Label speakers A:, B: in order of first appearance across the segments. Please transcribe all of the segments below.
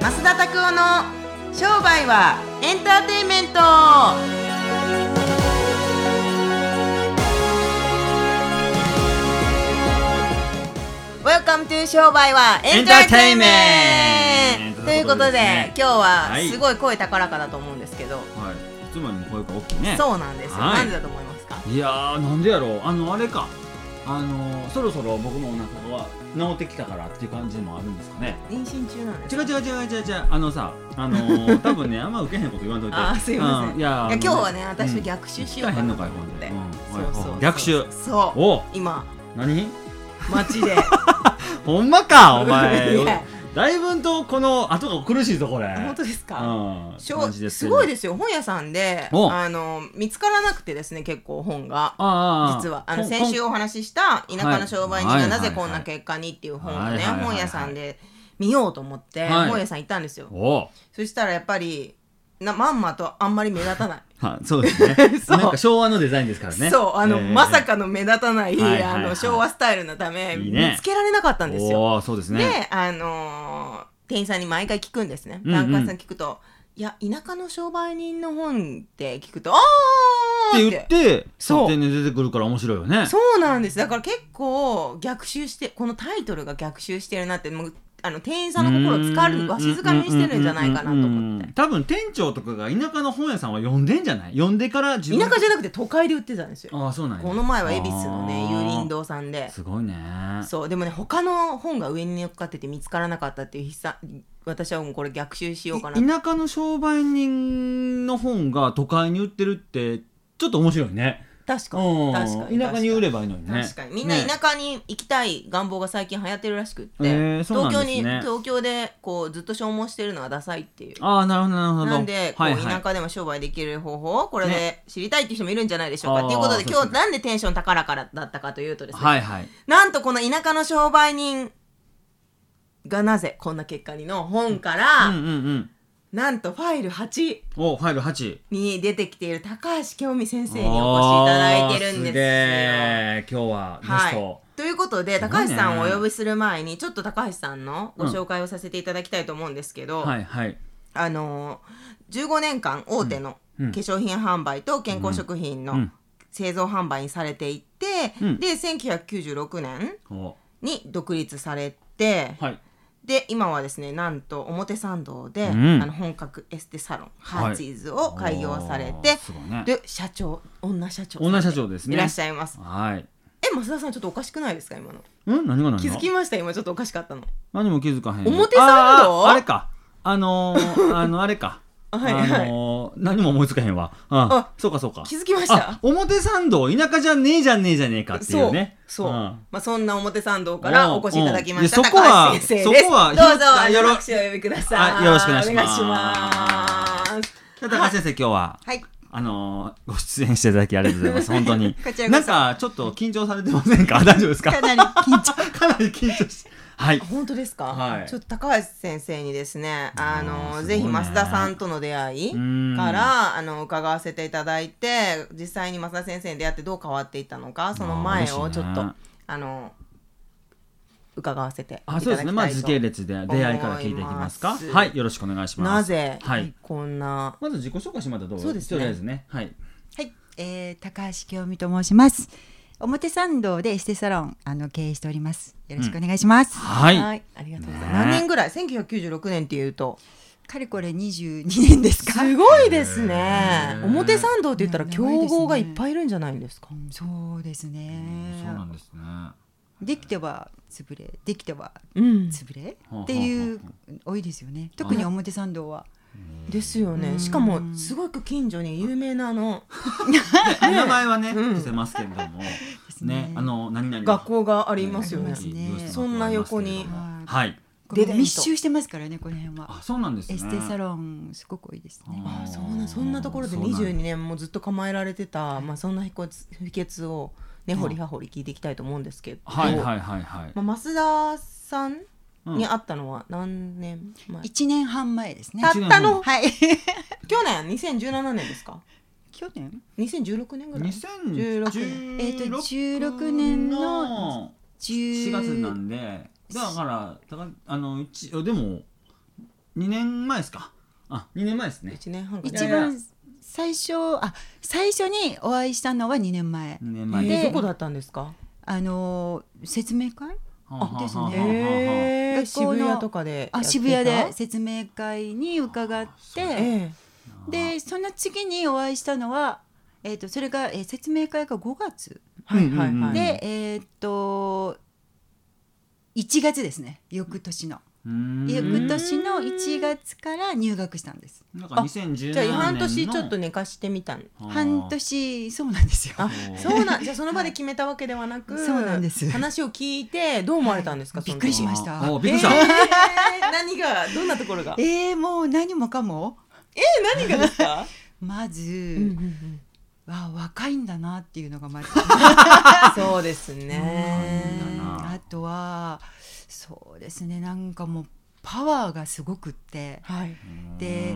A: 拓夫の商売はエンターテインメントウェルカムトゥ商売はエンターテインメントということで、
B: ね
A: 今日は
B: はい
A: すごい声高らかだと思うんですけど、
B: はい。いつもよりも声が大きいね。
A: そうなんですよ、
B: はい
A: なんでだと思いますか
B: いやー、なんでやろう。あの、あれか。あのー、そろそろ僕のお腹は治ってきたからっていう感じもあるんですかね。
A: 妊娠中なんです
B: 違う
A: か
B: 違う違う違う違う。あのさ、あの ー、多分ね、あんま受けへんこと言わんといて。
A: あーすいません
B: ういやー、
A: いや今日はね
B: あの
A: 私逆襲しよう
B: 聞
A: か
B: かへん
A: な
B: の
A: と
B: かい、
A: 思
B: ほん
A: っ
B: で。
A: て、
B: うんはい
A: そう
B: は
A: そ
B: いう逆襲。
A: そう
B: お
A: 今
B: 何
A: 街で
B: ほんまか、お前。
A: いや
B: だいぶんとこの後が苦しいぞ、これ。
A: 本当ですか、
B: うん
A: し
B: 感
A: ょ
B: じです
A: ごい
B: すけど。
A: ですよ本屋さんで
B: お
A: あの見つからなくてですね結構本が
B: ああああ
A: 実はあの
B: こん
A: 先週お話しした「田舎の商売人
B: は
A: が
B: いはい
A: なぜ
B: はい
A: こんな結果に」っていう本を
B: はい
A: ね
B: はいはい
A: 本屋さんで見ようと思って
B: はい
A: 本屋さん行ったんですよ
B: こんお
A: そしたらやっぱりなまんまとあんまり目立た ない
B: はそうですね
A: そう
B: なんか昭和のデザインですからね
A: そうあの、まさ
B: か
A: かの目立たない,、
B: はいはいはい
A: あの昭和スタイルのため
B: いいね
A: 見つけられなかったんですよ。
B: おーそうですね
A: であのー店員さんに毎回聞くんですね。
B: うんうん
A: 檀家さん聞くと「いや田舎の商売人の本」って聞くと「あ
B: っ
A: ー!」ってて
B: 言って
A: そう
B: そうに出てくるから面白いよね
A: そうなんですだから結構逆襲してこのタイトルが逆襲してるなってもうあの店員さんの心をつかるわしづかみにしてるんじゃないかなと思って
B: て多分店長とかが田舎の本屋さんは呼んでんじゃない呼んでから自
A: 田舎じゃなくて都会で売ってたんですよ
B: ああそうなんや
A: この前は恵比寿のね
B: あー
A: 有林堂さんです
B: ごいね
A: そうでもね他の本が上に乗っかってて見つからなかったっていう悲惨私はもうこれ逆襲しようかなって
B: い田舎の商売人の本が都会に売ってるってちょっと面白いね
A: 確か
B: うん
A: に確かに
B: 田舎に売ればいいのにね
A: 確かにみんな
B: ね
A: 田舎に行きたい願望が最近流行ってるらしくって、
B: えーそうなん
A: 東
B: です
A: 京
B: ね
A: に東京でこうずっと消耗してるのはダサいっていう
B: ああなるほどなるほど
A: なんで、こ
B: はいうはい
A: 田舎でも商売できる方法をこれで
B: ね
A: 知りたいっていう人もいるんじゃないでしょうか。
B: あー
A: ということで、
B: そう
A: 今
B: そう
A: 日なんでテンション高らかだったかというとですね、
B: はいはい
A: なんとこの田舎の商売人がなぜこんな結果にの本から、
B: うんうんうん
A: なんとファイル8
B: おファイル8
A: に出てきている高橋京美先生にお越しいただいてるんですよ。
B: あーすげー今日はゲ
A: は
B: ス
A: い
B: ト、、
A: ということで、
B: すごい
A: 高
B: ね
A: 橋さんをお呼びする前にちょっと高橋さんのご紹介をさせていただきたいと思うんですけど、
B: はいはい
A: あのー、15年間大手の
B: う
A: 化
B: んうん
A: 粧品販売と健康食品
B: う
A: の
B: ん
A: 製造販売にされていて、
B: うん
A: で1996年
B: お
A: に独立されて、
B: はい
A: で今はですねなんと表参道で、
B: うん
A: あの本格エステサロン
B: はい
A: ハーチーズを開業され
B: おー
A: て、
B: すごいね
A: で社長女社長さん
B: 女社長ですね
A: いらっしゃいます
B: はい
A: え増田さんちょっとおかしくないですか今の
B: うん何が何が
A: 気づきました今ちょっとおかしかったの
B: 何も気づかへん
A: 表参道
B: あーあれかあの ー、あのあれか
A: はいはい
B: あのー、何も思いつかへんわあ
A: あ
B: そうかそうか
A: 気づきました
B: あ表参道田舎じゃねえじゃねえじゃねえかっていうね
A: そうそう、
B: ん
A: まあそんな表参道からお越しいただきました、
B: うんうんいやそこは
A: 高橋先生です
B: そこは
A: どう
B: ひろあ
A: ぞ
B: よろ
A: 拍手をお呼びくださ
B: あ
A: い
B: よろしくお願いします
A: お願いします
B: じゃあ高橋先生今日は
A: はい
B: あのー、ご出演していただきありがとうございます本当に
A: こちらこそ
B: なんかちょっと緊張されてませんか 大丈夫ですか
A: かなり緊張
B: かなり緊張してはい
A: 本当ですか、
B: はい
A: ちょっと高橋先生にですねあの
B: あーすごいね
A: ぜひ増田さんとの出会い
B: うん
A: からあの伺わせていただいて実際に増田先生に出会ってどう変わっていったのかその前
B: あー
A: を
B: 嬉し
A: ち
B: い
A: ょ
B: ね
A: っとあ,、の伺わせていただ
B: あ
A: き
B: そう
A: たい
B: ですねまあ時系列で出会いから聞いていきますか
A: 思います
B: はいよろしくお願いします
A: なぜ、
B: はい
A: こんな
B: まず自己紹介してもらったらどう
A: そうですね
B: とりあえずねはい
C: はい、えー、高橋京美と申します。表参道でエステサロンあの経営しております。よろしくお願いします。
B: はい、
A: はい、ありがとうございます。
B: ね
A: 何年ぐらい？1996年っていうと
C: かれこれ22年ですか。
A: すごいですね。
B: へー
A: 表参道って言ったら
C: ね
A: 競合がいっぱいいるんじゃないんですか。
C: うんそうですね。
B: そうなんですね
C: できては潰れ、できては
A: うん、
C: 潰れ、
B: うん
C: っていう多いですよね。特に表参道は。
A: ですよね。しかもすごく近所に有名なあの
B: ね名前はね伏せますけれども
C: すね
B: ねあの何々
A: 学校がありますよね
C: あ。りますね
A: そんな横に
B: はい
C: こ
A: で
C: こ
A: でんと
C: 密集してますからねこの辺は。
B: あそうなんですね
C: エステサロンすごく多いですね。
A: ああ、そんなそんなところで
B: そうなん
A: 22年もずっと構えられてた、まあそんな秘訣秘訣をね掘り葉掘り聞いていきたいと思うんですけど。
B: はいはいはいはい
A: まあ増田さん
B: うん
A: に会ったのは何年前？
C: 一年半前ですね
A: た。ったの
C: はい。
A: 去年2017年ですか？
C: 去年
A: 2016年ぐらい。
B: 2016
C: えーと16年の
B: 4
C: 4
B: 月なんでだからだからあの一応でも2年前ですかあ2年前ですね
A: 1年半か
B: いや
C: 一
B: いや
C: 番最初あ最初にお会いしたのは2年前、
B: 2年
A: な
B: 前
A: えー
C: で
A: どこだったんですか
C: あのー説明会
B: あ
C: です
B: はあはあはあはあ
C: ね
A: えー、
C: 学校の
A: 渋谷とかでや
C: あ
A: ってた
C: 渋谷で説明会に伺って
A: ええ
C: でその次にお会いしたのは、えー、とそれが、えー説明会が5月
A: はいはいはい、
B: うん
C: で、えっ、と1月ですね翌年の
B: うーん
C: 翌年の1月から入学したんです
B: なんか2017年
A: じゃあ半年
B: の
A: ちょっと寝かしてみたん
B: あー
C: 半年そうなんですよ
A: あ
B: おー
A: そうなんじゃあその場で決めたわけではなく
C: そうなんです
A: 話を聞いてどう思われたんですか、
C: はい
A: その
C: びっくりしま
A: 時
C: した
B: あーびっくりした、
A: えー何がどんなところがえ
C: えー、もう何もかも
A: 何がですか、
C: まず、わ若いんだなっていうのがまず
A: そうですね
B: うんなんだな
C: あとはそうですねなんかもうパワーがすごくって
A: はい、
C: で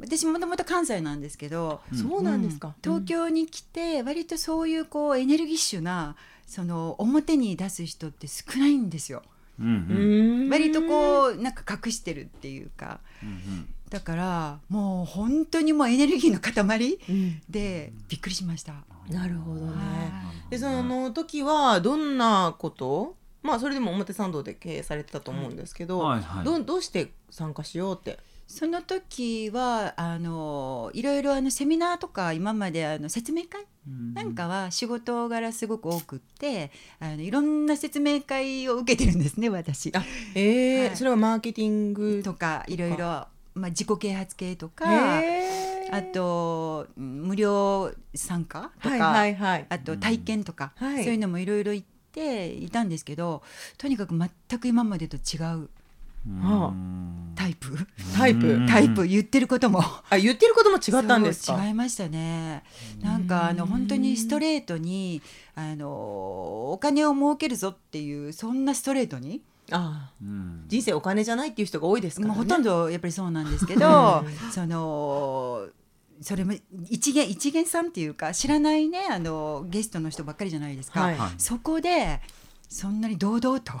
C: 私もともと関西なんですけど
B: うん
A: そうなんですか、
C: 東京に来て割とそういうこうエネルギッシュなその表に出す人って少ないんですよ
B: うんうん
A: う
B: うん
A: ん
C: 割と
A: う
C: こうなんか隠してるっていうか
B: うん
C: だからもう本当にもうエネルギーの塊
A: うん
C: でびっくりしました。
A: なるほどね
C: は
A: でその時はどんなことまあそれでも表参道で経営されてたと思うんですけど、
B: はいはい
A: どうどうして参加しようって
C: その時はあのいろいろあのセミナーとか今まであの説明会なんかは仕事柄すごく多くってあのいろんな説明会を受けてるんです ね私。
A: えー
C: はい
A: それはマーケティング
C: とかいろいろ、まあ、自己啓発系とか、
A: へー
C: あとうん無料参加とか、
A: はいはいはい
C: あと体験とか、
A: うんはい
C: そういうのもいろいろ行っていたんですけどとにかく全く今までと違う
A: は
C: タイプ、
A: タイプ
B: うん
C: タイプ言ってることも。
A: あ言ってることも違ったんです
C: そう
A: か
C: 違いましたねなんかあの本当にストレートにあのお金を儲けるぞっていうそんなストレートに、
A: あ
B: うん
A: 人生お金じゃないっていう人が多いですから、
C: まあ、
A: ね、
C: ほとんどやっぱりそうなんですけ どそのそれも一元一元さんっていうか知らないねあのゲストの人ばっかりじゃないですか、
A: はい
B: はい
C: そこでそんなに堂々と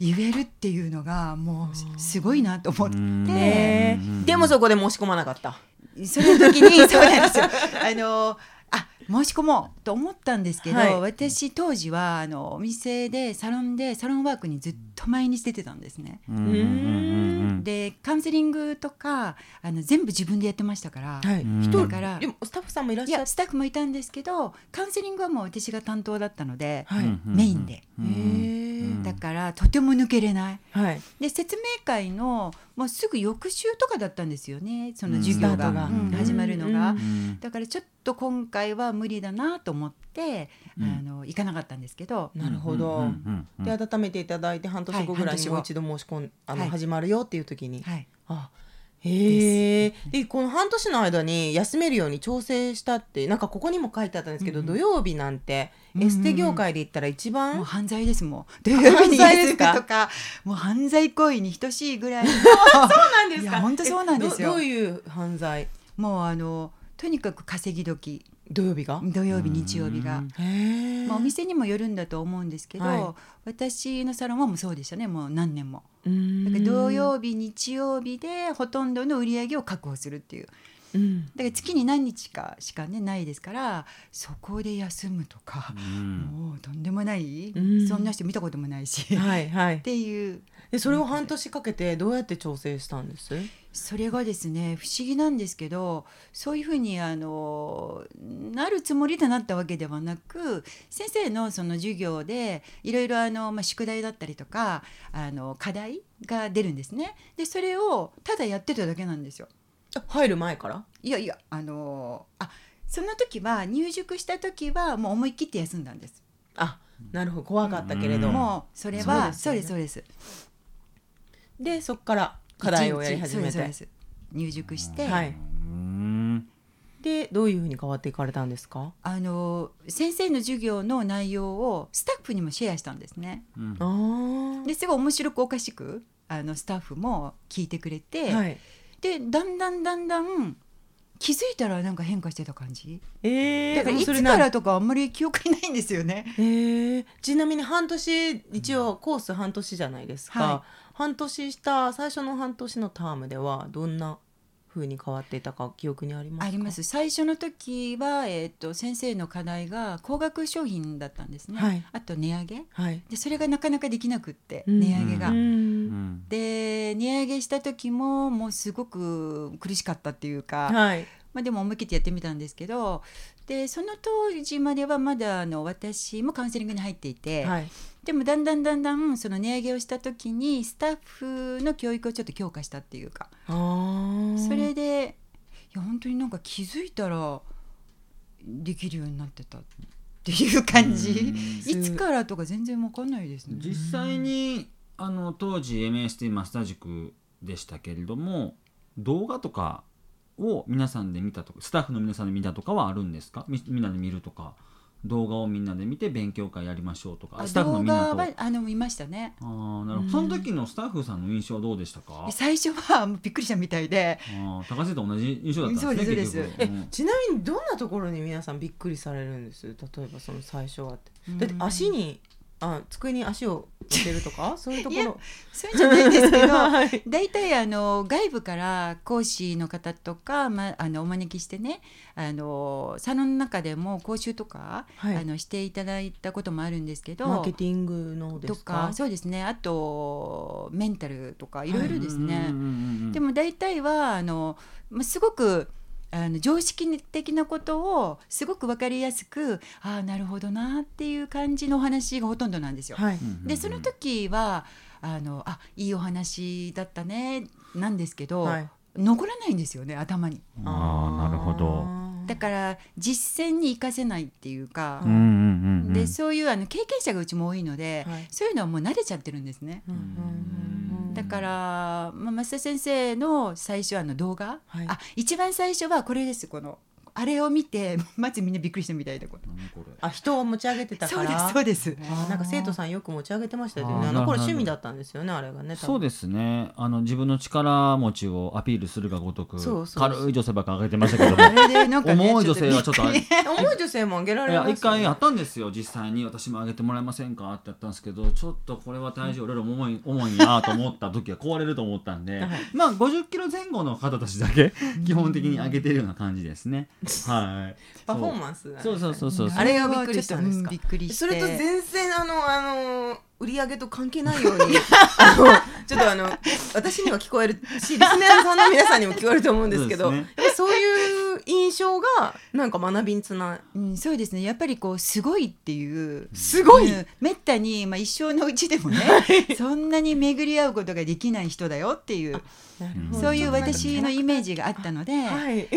C: 言えるっていうのがもうすごいなと思って。
A: へーでもそこで申し込まなかった
C: その時にそうなんですよ。あのあ申し込もうと思ったんですけど、
A: はい
C: 私当時はあのお店でサロンでサロンワークにずっと毎日出てたんですね。
B: うんうんうん
C: でカウンセリングとかあの全部自分でやってましたから、
A: はい
B: うん
A: 一
C: だ
A: 人
C: から
A: でもスタッフさんもいらっ
C: い
A: しゃっ
C: やスタッフもいたんですけどカウンセリングはもう私が担当だったので、
A: はい
B: うん
C: メインで
B: う
A: へ
B: ん
A: ー
C: だからとても抜けれない。
A: はい
C: で説明会のもうすぐ翌週とかだったんですよねその授業
A: うん
C: が,、
A: スタートが
C: うん始まるのが。
A: うん
B: うん
C: だからちょっと今回は無理だなと思って、
B: うん
C: あの行かなかったんですけど、
A: なるほど、
B: うんうんうんうん
A: で温めていただいて半年後ぐらいにもう一度申し込ん、あの
C: はい
A: 始まるよっていう時に、
C: はい、
A: あへえでこの半年の間に休めるように調整したってなんかここにも書いてあったんですけど、土曜日なんて
C: うんうん
A: エステ業界で言ったら一番、
C: もう犯罪ですもう土曜日に
A: 犯罪
C: 休
A: です
C: む
A: か
C: とかもう犯罪行為に等しいぐらいの
A: なん
C: いや本当そうなんですよ
A: どどういう犯罪
C: もうあのとにかく稼ぎ時
A: 土曜日が
C: 土曜日日曜日が。
A: へえ
C: まあ、お店にもよるんだと思うんですけど、
A: は
C: 私のサロンはもうそうでしたねもう何年もだから
A: 土
C: 土曜日日曜日でほとんどの売り上げを確保するっていう
A: うん
C: だから月に何日かしかねないですからそこで休むとか、
B: うん
C: もうとんでもない、
A: うん
C: そんな人見たこともないし、っ
A: はいはい
C: ていう
A: でそれを半年かけてどうやって調整したんです
C: それがですね不思議なんですけどそういうふうにあのなるつもりでなったわけではなく先生のその授業でいろいろあの、まあ、宿題だったりとかあの課題が出るんですね。でそれをただやってただけなんですよ。
A: あ入る前から
C: いやいやあのあその時は入塾した時はもう思い切って休んだんです。
A: あなるほど怖かったけれども、
C: もうそれは
A: そ
C: そうう
A: で
C: ですす
A: よ
C: そうです。
A: でそこから課題をやり始め
C: 一日そう
A: て
C: ですそうです入塾して、
A: はい
B: うん
A: でどういうふうに変わっていかれたんですか
C: あの先生の授業の内容をスタッフにもシェアしたんですね。
B: うん
A: あー
C: ですごい面白くおかしくあのスタッフも聞いてくれて、
A: はい
C: でだんだんだんだん気づいたらなんか変化してた感じ
A: ええ
C: だからいつからとかあんまり記憶にないんです よね。
A: ええちなみに半年一応コース半年じゃないですか、
C: は
A: 半年した最初の半年のタームではどんな風に変わっていたか記憶にありますか
C: あります最初の時は、えー、と先生の課題が高額商品だったんですね、
A: はい
C: あと値上げ
A: はい、
C: でそれがなかなかできなくって、
A: うん
C: 値上げが。
B: う
A: うん、
C: で値上げした時ももうすごく苦しかったっていうか、
A: はい
C: まあ、でも思い切ってやってみたんですけどでその当時まではまだあの私もカウンセリングに入っていて、
A: はい
C: でもだんだんだんだんその値上げをした時にスタッフの教育をちょっと強化したっていうか、
A: あー
C: それでいや本当になんか気づいたらできるようになってたっていう感じ、
A: うん
C: いつからとか全然わかんないですね。
B: 実際にあの当時 MST マスター塾でしたけれども動画とかを皆さんで見たとかスタッフの皆さんで見たとかはあるんですかみみんなで見るとか動画をみんなで見て勉強会やりましょうとか
C: あ
B: スタッフの
C: 動
B: みんな
C: 画
B: と
C: はあの見ましたね。
B: あーなるほどその時のスタッフさんの印象はどうでしたか
C: 最初はもうびっくりしたみたいで、
B: あー高瀬と同じ印象だったんですね
C: そうです
B: 結局
A: え
B: うん
A: ちなみにどんなところに皆さんびっくりされるんです例えばその最初はって
C: うん
A: だって足にあ机に足を置けると かそういうとこ
C: いや
A: ろ
C: そういうんじゃないんです けど、
A: はい
C: 大体あの外部から講師の方とか、ま、あのお招きしてねあのサロンの中でも講習とか、
A: はい
C: あのしていただいたこともあるんですけど
A: マーケティングので
C: と
A: すか
C: かそうですねあとメンタルとかいろいろですね。
B: うんうんうんうん
C: でも大体はあの、まあ、すごくあの常識的なことをすごく分かりやすくああなるほどなっていう感じのお話がほとんどなんですよ。
A: はい、
B: うんうんうん
C: でその時はあのあいいお話だったねなんですけど、
A: はい
C: 残らないんですよね頭に
B: ああなるほど
A: ー
C: だから実践に生かせないっていうか
B: う、んうんうんうん
C: でそういうあの経験者がうちも多いので、
A: はい
C: そういうのはもう慣れちゃってるんですね。
A: うんうんうん
C: だから、まあ、増田先生の最初あの動画、
A: はい
C: あ一番最初はこれですこのあれを見て まずみんなびっくりしたみたいなこ
B: 何これ
A: あ人を持ち上げてた
C: と
A: か
C: そうで
A: ら
C: すそうです
A: あーなんか生徒さんよく持ち上げてましたよ
B: あ
A: ね
B: ー
A: あの頃
B: なるほど
A: 趣味だったんですよねあれがね
B: そう
A: で
B: ですねあの自分の力持ちをアピールするがごとく
A: そうそう
B: 軽い女性ばっか上げてましたけども
C: あれでなんか、ね、
B: 重い女性はちょっとあれい
A: 重い女性もあげられ
B: や
A: ま
B: 一
A: すよね
B: 回やったんですよ実際に私も上げてもらえませんかってやったんですけどちょっとこれは体重俺ら重い重いなと思った時は壊れると思ったんでまあ50キロ前後の方たちだけ基本的に上げてるような感じですねはい
A: パフォーマンス
B: そうそうそうそうそう
A: あれがびっくりしたんですか
C: ちょっとびっくりして
A: それと全然あのあの売り上げと関係ないよう にあのちょっとあの私には聞こえるしリスナーさんの皆さんにも聞こえると思うんですけど
B: そう
A: や
B: で
A: っ
B: す
A: ぱ
B: ね
A: そういう印象がなんか学びにつな
C: うん、そうですねやっぱりこうすごいっていう
A: すごい
C: うんめったに、まあ、一生のうちで もね、そんなに巡り合うことができない人だよってい
B: ほ
C: う
B: ど
C: そういう私のイメージがあったので、
A: はい
C: で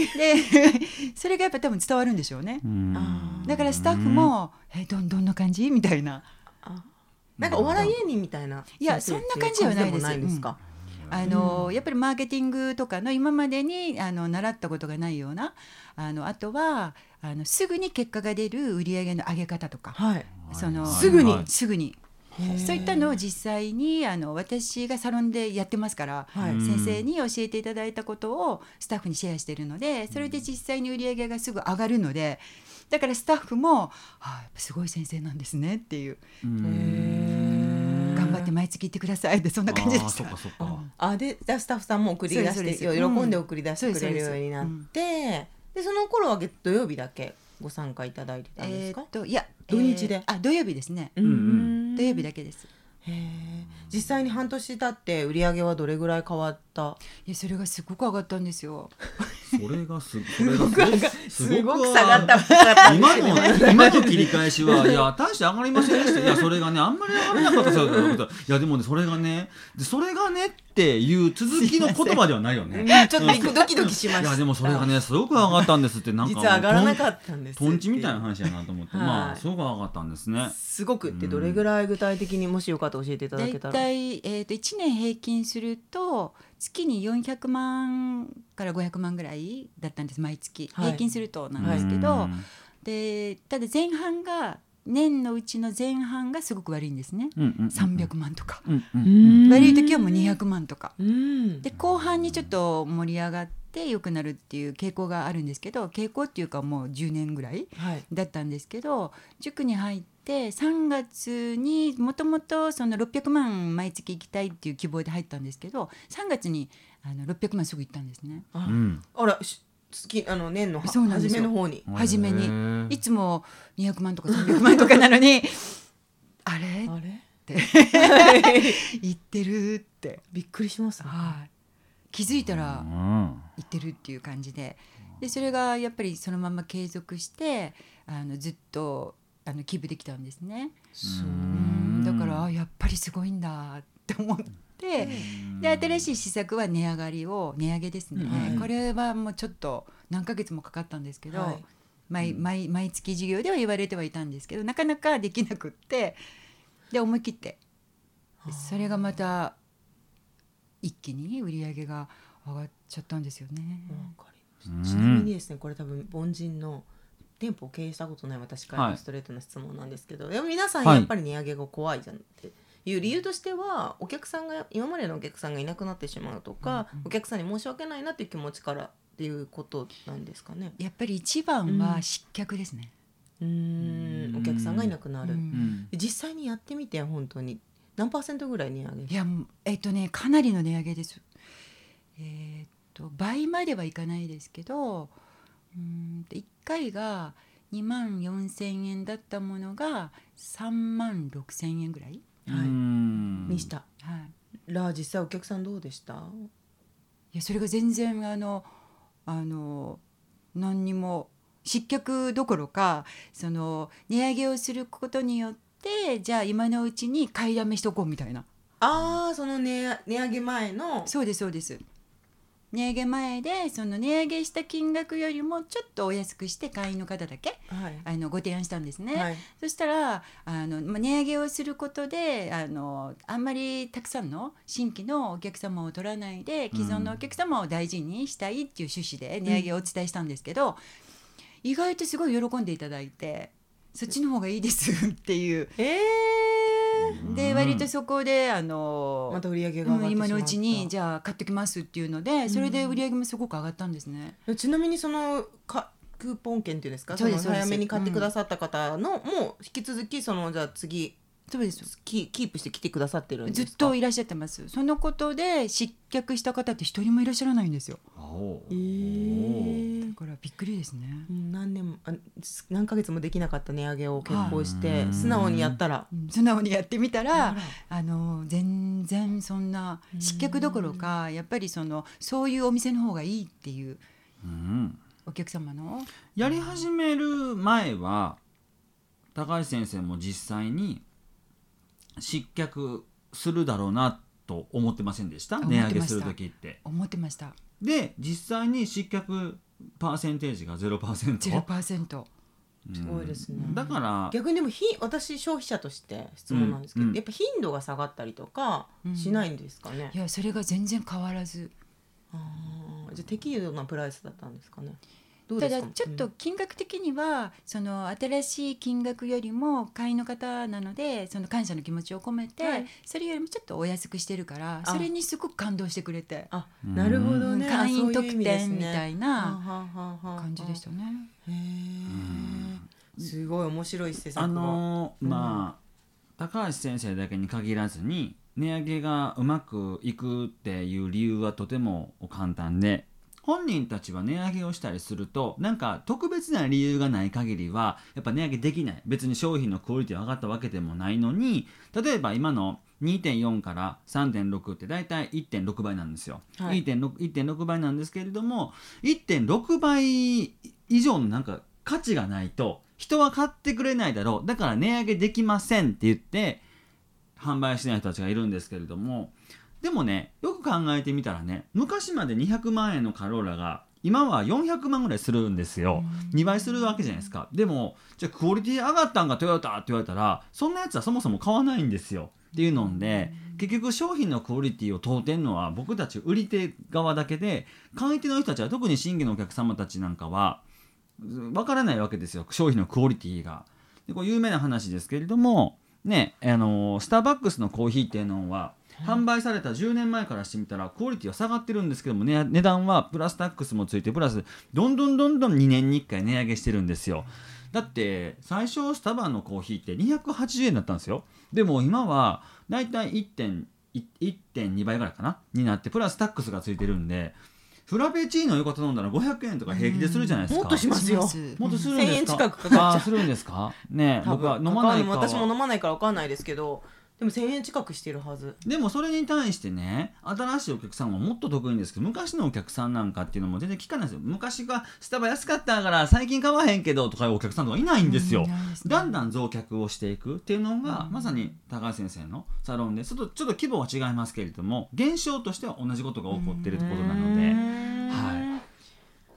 C: それがやっぱ多分伝わるんでしょうね
B: うん
A: あ
C: だからスタッフも「えどんどんな感じ?」みたいな
A: あなんかお笑い芸人みたいない
C: やそんな感じはな
A: そうう感じ
C: いです
A: もないですか、
C: あの、やっぱりマーケティングとかの今までにあの習ったことがないようなあのあとはあのすぐに結果が出る売り上げの上げ方とか。
A: はい
C: その
A: すぐに
B: はい
C: すぐにそういったのを実際にあの私がサロンでやってますから、
A: はい
C: 先生に教えていただいたことをスタッフにシェアしているのでそれで実際に売り上げがすぐ上がるのでだからスタッフも「あやっぱすごい先生なんですね」っていう「頑張って毎月行ってください」ってそんな感じで
B: あー
C: し
B: そったか。そっか、
A: あでじゃあスタッフさんも送り出
C: そう
A: し
C: で
A: て
C: すそうです
A: 喜んで
C: うん
A: 送り出してくれるようになって、でその頃は月土曜日だけご参加いただいてたんで
C: え
A: すか
C: ーっ、といや
A: 土日で
C: えーあ土曜日ですね、
A: う
B: うん
A: ん
C: 土曜日だけです
A: へえ実際に半年経って売り上げはどれぐらい変わった
C: いやそれがすごく上がったんですよ
B: それがすそれがすごいすごく
A: 下がった
B: 今の今の切り返しはいや大して上がりませんでしたいやそれがねあんまり上がらなかったそうだけどいやでもねそれがねでそれがねっていう続きの言葉ではないよね
A: ちょっとびっくドキドキしました
B: いやでもそれがねすごく上がったんですってなんか
A: 実は上がらなか
B: っ
A: ったんです
B: トンチみたいな話やなと思って、
A: はい
B: まあすごく上がったんですね
A: すごくってどれぐらい具体的にもしよかったら教えていただ
C: 大
A: けたら
C: 体、えー、と1年平均すると月に400万から500万ぐらいだったんです毎月、
A: はい
C: 平均するとなんですけ
B: う
C: ど、
B: ん
C: でただ前半が年のうちの前半がすごく悪いんですね、
B: うんうん
C: 300万とか、
B: うんう
A: う
B: ん
A: ん
C: 悪い時はもう200万とか、
A: うん
C: で後半にちょっと盛り上がっって良くなるっていう傾向があるんですけど傾向っていうかもう10年ぐらい
A: はい
C: だったんですけど塾に入って3月にもともとその600万毎月行きたいっていう希望で入ったんですけど3月にあの600万すぐ行ったんですね。
A: あ
B: うん
A: あらし月あの年のは
C: そうなんで
A: 初
C: す
A: め
C: よ
A: の方に
C: 初めに
B: へー
C: いつも200万とか300万とかなのにあれ
A: あれ
C: 行ってるって、
A: びっくりしますね
C: はい気づいたら
B: うん
C: 行ってるっていう感じででそれがやっぱりそのまま継続してあのずっとあの寄付できたんですね。
A: そう
C: う
A: うん
C: んだからあやっぱりすごいんだって思って、で新しい施策は値上がりを値上げですね、
A: うん
C: これはもうちょっと何ヶ月もかかったんですけど、
A: はい
C: 毎毎毎月授業では言われてはいたんですけどなかなかできなくってで思い切ってそれがまた一気に売り上げが上がっちゃったんですよね。
A: わかりました
B: うん
A: ちなみにですねこれ多分凡人の店舗を経営したことない私から
B: は
A: の
B: い
A: ストレートな質問なんですけど、でも皆さん
B: はい
A: やっぱり値上げが怖いじゃんっていう理由としてはお客さんが今までのお客さんがいなくなってしまうとか、お客さんに申し訳ないなっていう気持ちからっていうことなんですかね。
C: やっぱり一番は失脚ですね、
A: うーんお客さんがいなくなる、
C: うん
B: うん
A: 実際にやってみて本当に何パーセントぐらい値上げ
C: いやもうえっとねかなりの値上げです。えーっと倍まではいかないですけど、うーんと1回が2万4,000円だったものが3万6,000円ぐらい。
A: はい
B: うん
A: にした
C: はい。
A: ら実際お客さんどうでした
C: いやそれが全然あのあの何にも失脚どころかその値上げをすることによってじゃあ今のうちに買いだめしとこうみたいな。
A: ああその値上値上げ前の
C: そうですそうです値上げ前でその値上げした金額よりもちょっとお安くして会員の方だけ
A: はい
C: あのご提案したんですね、
A: はい
C: そしたらあのまあ値上げをすることであのあんまりたくさんの新規のお客様を取らないで既存のお客様を大事にしたいっていう趣旨で値上げをお伝えしたんですけど、意外とすごい喜んでいただいてそっちの方がいいですっていう。
A: ええ
C: で
B: うん
C: 割とそこであの、
A: また売り上げが上
C: う
A: がっ
C: ん、
A: てしま
C: 今
A: った、
C: のうちにじゃあ買ってきますっていうのでそれで売り上げもすごく上がったんですね。
A: ちなみにそのかクーポン券っていうんですか
C: そうです
A: の
C: そうで
A: 早
C: す
A: めに買ってくださった方の、もう引き続きそのじゃあ次
C: そうです
A: キキープして来てくださってるんです
C: ず
A: か
C: っといらっしゃってますそのことで失脚した方って一人もいらっしゃらないんですよ
B: 青
A: えー
C: だからびっくりですね
A: うん何年もあす何ヶ月もできなかった値上げを結構し
B: は
A: て
B: い
A: 素直にやったら
C: うん素直にやってみた
A: あ
C: ら
A: ら
C: あの全然そんな失脚どころかやっぱりそのそういうお店の方がいいっていう
B: うん
C: お客様の
B: やり始める前は高橋先生も実際に失脚するだろうなと思ってませんでした
C: 思って
B: 値上
C: ました
B: げする時って
C: 思ってました
B: で実際に失脚パーセンテージが0%、
C: 0%
B: うん
A: すごいですね
B: だから
A: 逆にでもひ私消費者として質問なんですけど、
B: うんうん
A: やっぱ頻度が下がったりとかしないんですかね
C: い、やそれが全然変わらず
A: あーじゃあ適度なプライスだったんですかねどうで
C: た
A: すか
C: だちょっと金額的にはその新しい金額よりも会員の方なのでその感謝の気持ちを込めて、
A: はい
C: それよりもちょっとお安くしてるから
A: あ
C: それにすごく感動してくれて、
A: あなるほどね、あ
C: 会員特典み
A: い
C: たいな
A: な
C: 感じでしたね。
A: へえすごい面白い施策
B: あ
A: が
B: のー
A: うん
B: まあ高橋先生だけに限らずに値上げがうまくいくっていう理由はとても簡単で本人たちは値上げをしたりするとなんか特別な理由がない限りはやっぱ値上げできない別に商品のクオリティが上がったわけでもないのに例えば今の2.4から3.6って大体1.6倍なんですよ、
A: はい
B: 1.6 1.6倍なんですけれども1.6倍以上のなんか価値がないと人は買ってくれないだろうだから値上げできませんって言って販売してない人たちがいるんですけれどもでもねよく考えてみたらね昔まで200万円のカローラが今は400万ぐらいするんですよ2倍するわけじゃないですかでもじゃあクオリティ上がったんかトヨタって言われたらそんなやつはそもそも買わないんですよっていうので結局商品のクオリティを問うてんのは僕たち売り手側だけで買い手の人たちは特に新規のお客様たちなんかはわからないわけですよ商品のクオリティが。でこれ有名な話ですけれどもねあのスターバックスのコーヒーっていうのは販売された10年前からしてみたらクオリティは下がってるんですけども、ね、値段はプラスタックスもついてプラスどんどんどんどん2年に1回値上げしてるんですよだって最初スタバのコーヒーって280円だったんですよでも今はだいたい1.2倍ぐらいかなになってプラスタックスがついてるんでフラペチーノ横頼んだら500円とか平気でするじゃないですか、
A: もっとしますよ
B: もっとするん
A: うん1000
B: ですか
A: 円近くかかっちゃう
B: あーするんですかねえ
A: 多
B: 僕は
A: 分
B: 飲まないか
A: わ
B: は
A: ん私も飲まないから分かんないですけどでも1,000円近くしてるはず
B: でもそれに対してね新しいお客さんはもっと得意んですけど昔のお客さんなんかっていうのも全然聞かないですよ昔がスタバ安かったから最近買わへんけどとかいうお客さんとかいないんですよ、だんだん増客をしていくっていうのが、まさに高橋先生のサロンでちょっとちょっと規模は違いますけれども現象としては同じことが起こってるってことなので、
A: はい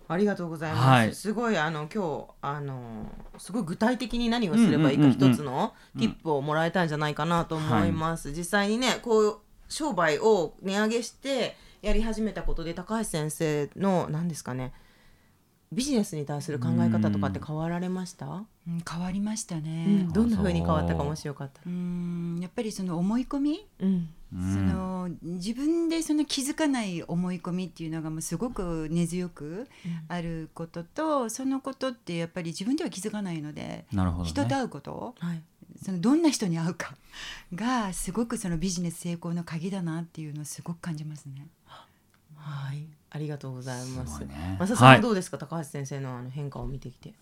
A: ありがとうございます、
B: はい
A: すごいあの今日あのすごい具体的に何をすればいいか
B: うんうんうんうん
A: 一つのティップをもらえたんじゃないかなと思います、実際にねこう商売を値上げしてやり始めたことで高橋先生の何ですかねビジネスに対する考え方とかって変わられました、
C: うん変わりましたね、
A: うんどんな風に変わったかもしよかったら、
C: うんやっぱりその思い込み、
A: うん
B: うん
C: その自分でその気づかない思い込みっていうのがもうすごく根強くあることと、そのことってやっぱり自分では気づかないので、
B: なるほど、ね、
C: 人と会うこと
A: はい、
C: そのどんな人に会うかがすごくそのビジネス成功の鍵だなっていうのをすごく感じますね。
A: はい、ありがとうございます
B: すごいね
A: マサさん
B: は
A: はいどうですか、高橋先生のあの変化を見てきて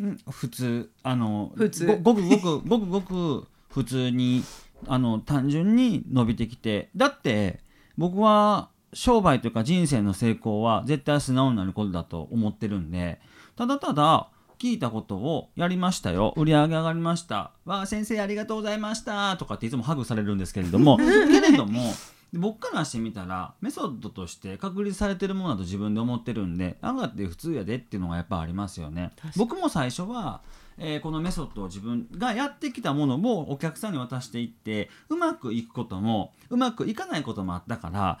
B: うん普通あの
A: 普通
B: ごごくごくごくごく普通にあの単純に伸びてきてだって僕は商売というか人生の成功は絶対素直になることだと思ってるんでただただ聞いたことをやりましたよ売り上げ上がりましたわあ先生ありがとうございましたとかっていつもハグされるんですけれどもけれども僕からしてみたらメソッドとして確立されてるものだと自分で思ってるんで上がって普通やでっていうのがやっぱありますよね
A: 確かに
B: 僕も最初は、えーこのメソッドを自分がやってきたものをお客さんに渡していってうまくいくこともうまくいかないこともあったから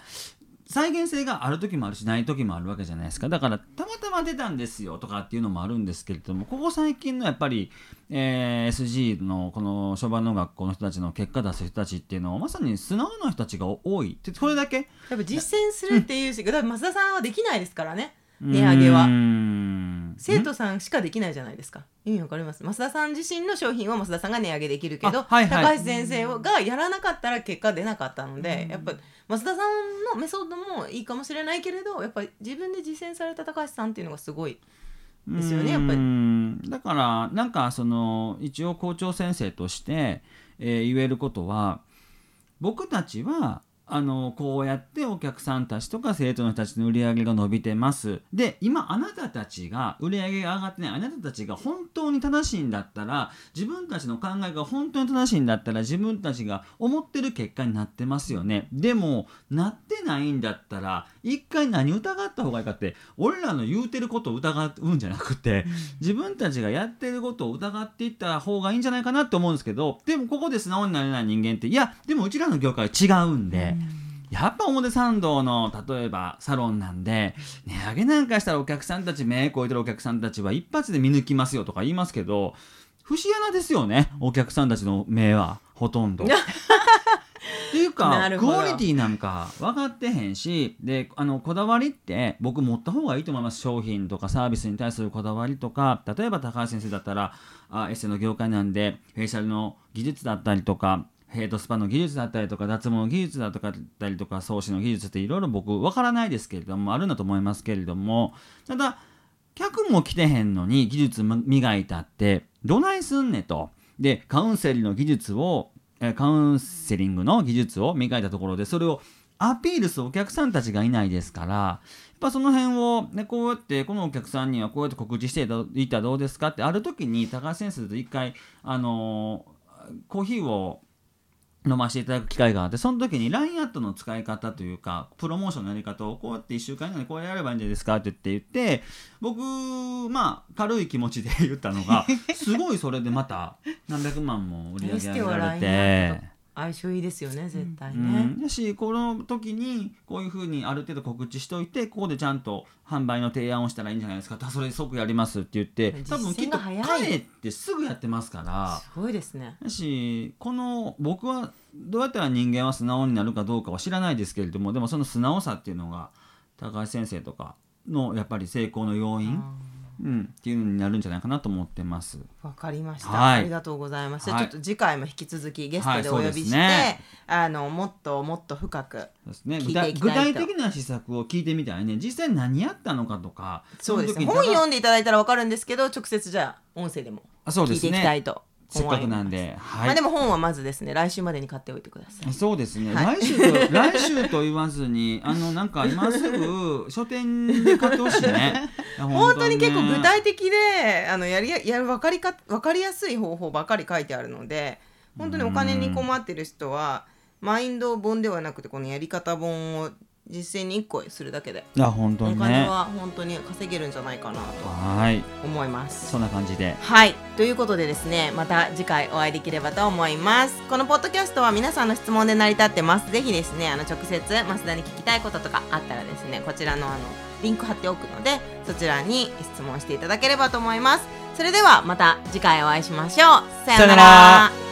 B: 再現性がある時もあるしない時もあるわけじゃないですかだからたまたま出たんですよとかっていうのもあるんですけれどもここ最近のやっぱり、えー SG のこの商売の学校の人たちの結果出す人たちっていうのはまさに素直な人たちが多いでこれだけ
A: やっぱ実践するっていうし、だから増田さんはできないですからね
B: 値
A: 値上げは生
B: 生
A: 徒さんしかできないじゃないですか意味わかります増田さん自身の商品は増田さんが値上げできるけど、
B: あはいはい
A: 高橋先生がやらなかったら結果出なかったので、
C: うん
A: やっぱ増田さんのメソッドもいいかもしれないけれどやっぱり自分で実践された高橋さんっていうのがすごいですよねやっぱり
B: りだからなんかその一応校長先生として、えー言えることは僕たちはあのこうやってお客さんたちとか生徒の人たちの売り上げが伸びてますで今あなたたちが売り上げが上がってないあなたたちが本当に正しいんだったら自分たちの考えが本当に正しいんだったら自分たちが思ってる結果になってますよねでもなってないんだったら一回何疑った方がいいかって俺らの言うてることを疑うんじゃなくて自分たちがやってることを疑っていった方がいいんじゃないかなって思うんですけどでもここで素直になれない人間っていやでもうちらの業界は違うんで。やっぱ表参道の例えばサロンなんで値上げなんかしたらお客さんたち目超えてるお客さんたちは一発で見抜きますよとか言いますけど節穴ですよねお客さんたちの目はほ とんど。っていうか
A: なる
B: ク
A: ほど
B: オリティなんか分かってへんしであのこだわりって僕持った方がいいと思います商品とかサービスに対するこだわりとか例えば高橋先生だったらあエステの業界なんでフェイシャルの技術だったりとかヘイドスパの技術だったりとか脱毛の技術だとかだったりとか創始の技術っていろいろ僕分からないですけれどもあるんだと思いますけれどもただ客も来てへんのに技術磨いたってどないすんねと。でカウンセリングの技術をえーカウンセリングの技術を磨いたところでそれをアピールするお客さんたちがいないですからやっぱその辺を、ね、こうやってこのお客さんにはこうやって告知していたいたらどうですかってある時に高橋先生と一回、あのーコーヒーを飲ませていただく機会があってその時に LINE アットの使い方というかプロモーションのやり方をこうやって1週間以内にこうやればいいんじゃないですかって言って言って僕まあ軽い気持ちで 言ったのがすごいそれでまた何百万も売り上げ上
A: 何し
B: げられ
A: て笑いにな
B: て
A: る。相性いいですよね絶対
B: う
A: ね
B: ん、だしこの時にこういうふうにある程度告知しておいてここでちゃんと販売の提案をしたらいいんじゃないですかあそれ即やりますって言って多分きっ
A: 実践
B: と
A: が
B: 帰
A: 早い
B: ってすぐやってますから
A: すごいですね
B: だしこの僕はどうやったら人間は素直になるかどうかは知らないですけれどもでもその素直さっていうのが高橋先生とかのやっぱり成功の要因、うん、っていうのになるんじゃないかなと思ってます。
A: わかりました、
B: はい
A: ありがとうございました、
B: はい
A: ちょっと次回も引き続きゲストでお
B: はい
A: 呼
B: そう
A: び
B: です
A: して、
B: ね
A: あのもっともっと深く
B: そうですね、
A: 聞
B: 具
A: いて
B: 体
A: いき
B: 具
A: たい
B: 体
A: と
B: 的な施策を聞いてみたいね実際何やったのかとか
A: そうですね
B: の
A: 本
B: 時に
A: 読んでいただいたらわかるんですけど直接じゃあ音声でも
B: あそう
A: 聞
B: で
A: いて
B: す
A: いきたい
B: ね
A: と
B: せっ
A: 思
B: か
A: い
B: く
A: ま
B: な
A: す
B: んで、はい
A: まあでも本はまずですね来週までに買っておいてください
B: そうですね、来週と 来週と言わずにあのなんか今すぐ書店で買ってほしいねいや
A: 本当に
B: ね
A: 結構具体的であのやりややる分かりか分かりやすい方法ばかり書いてあるので本当にお金に困ってる人はマインド本ではなくてこのやり方本を実践に1個するだけで
B: いや本当
A: お
B: に
A: 金
B: ね
A: は本当に稼げるんじゃないかなと
B: はい
A: 思います
B: そ。んな感じで
A: はいということでですねまた次回お会いできればと思いますこのポッドキャストは皆さんの質問で成り立ってますぜひですねあの直接増田に聞きたいこととかあったらですねこちらのあのリンク貼っておくのでそちらに質問していただければと思いますそれではまた次回お会いしましょうさよう
B: さよ
A: な
B: な
A: ら
B: ら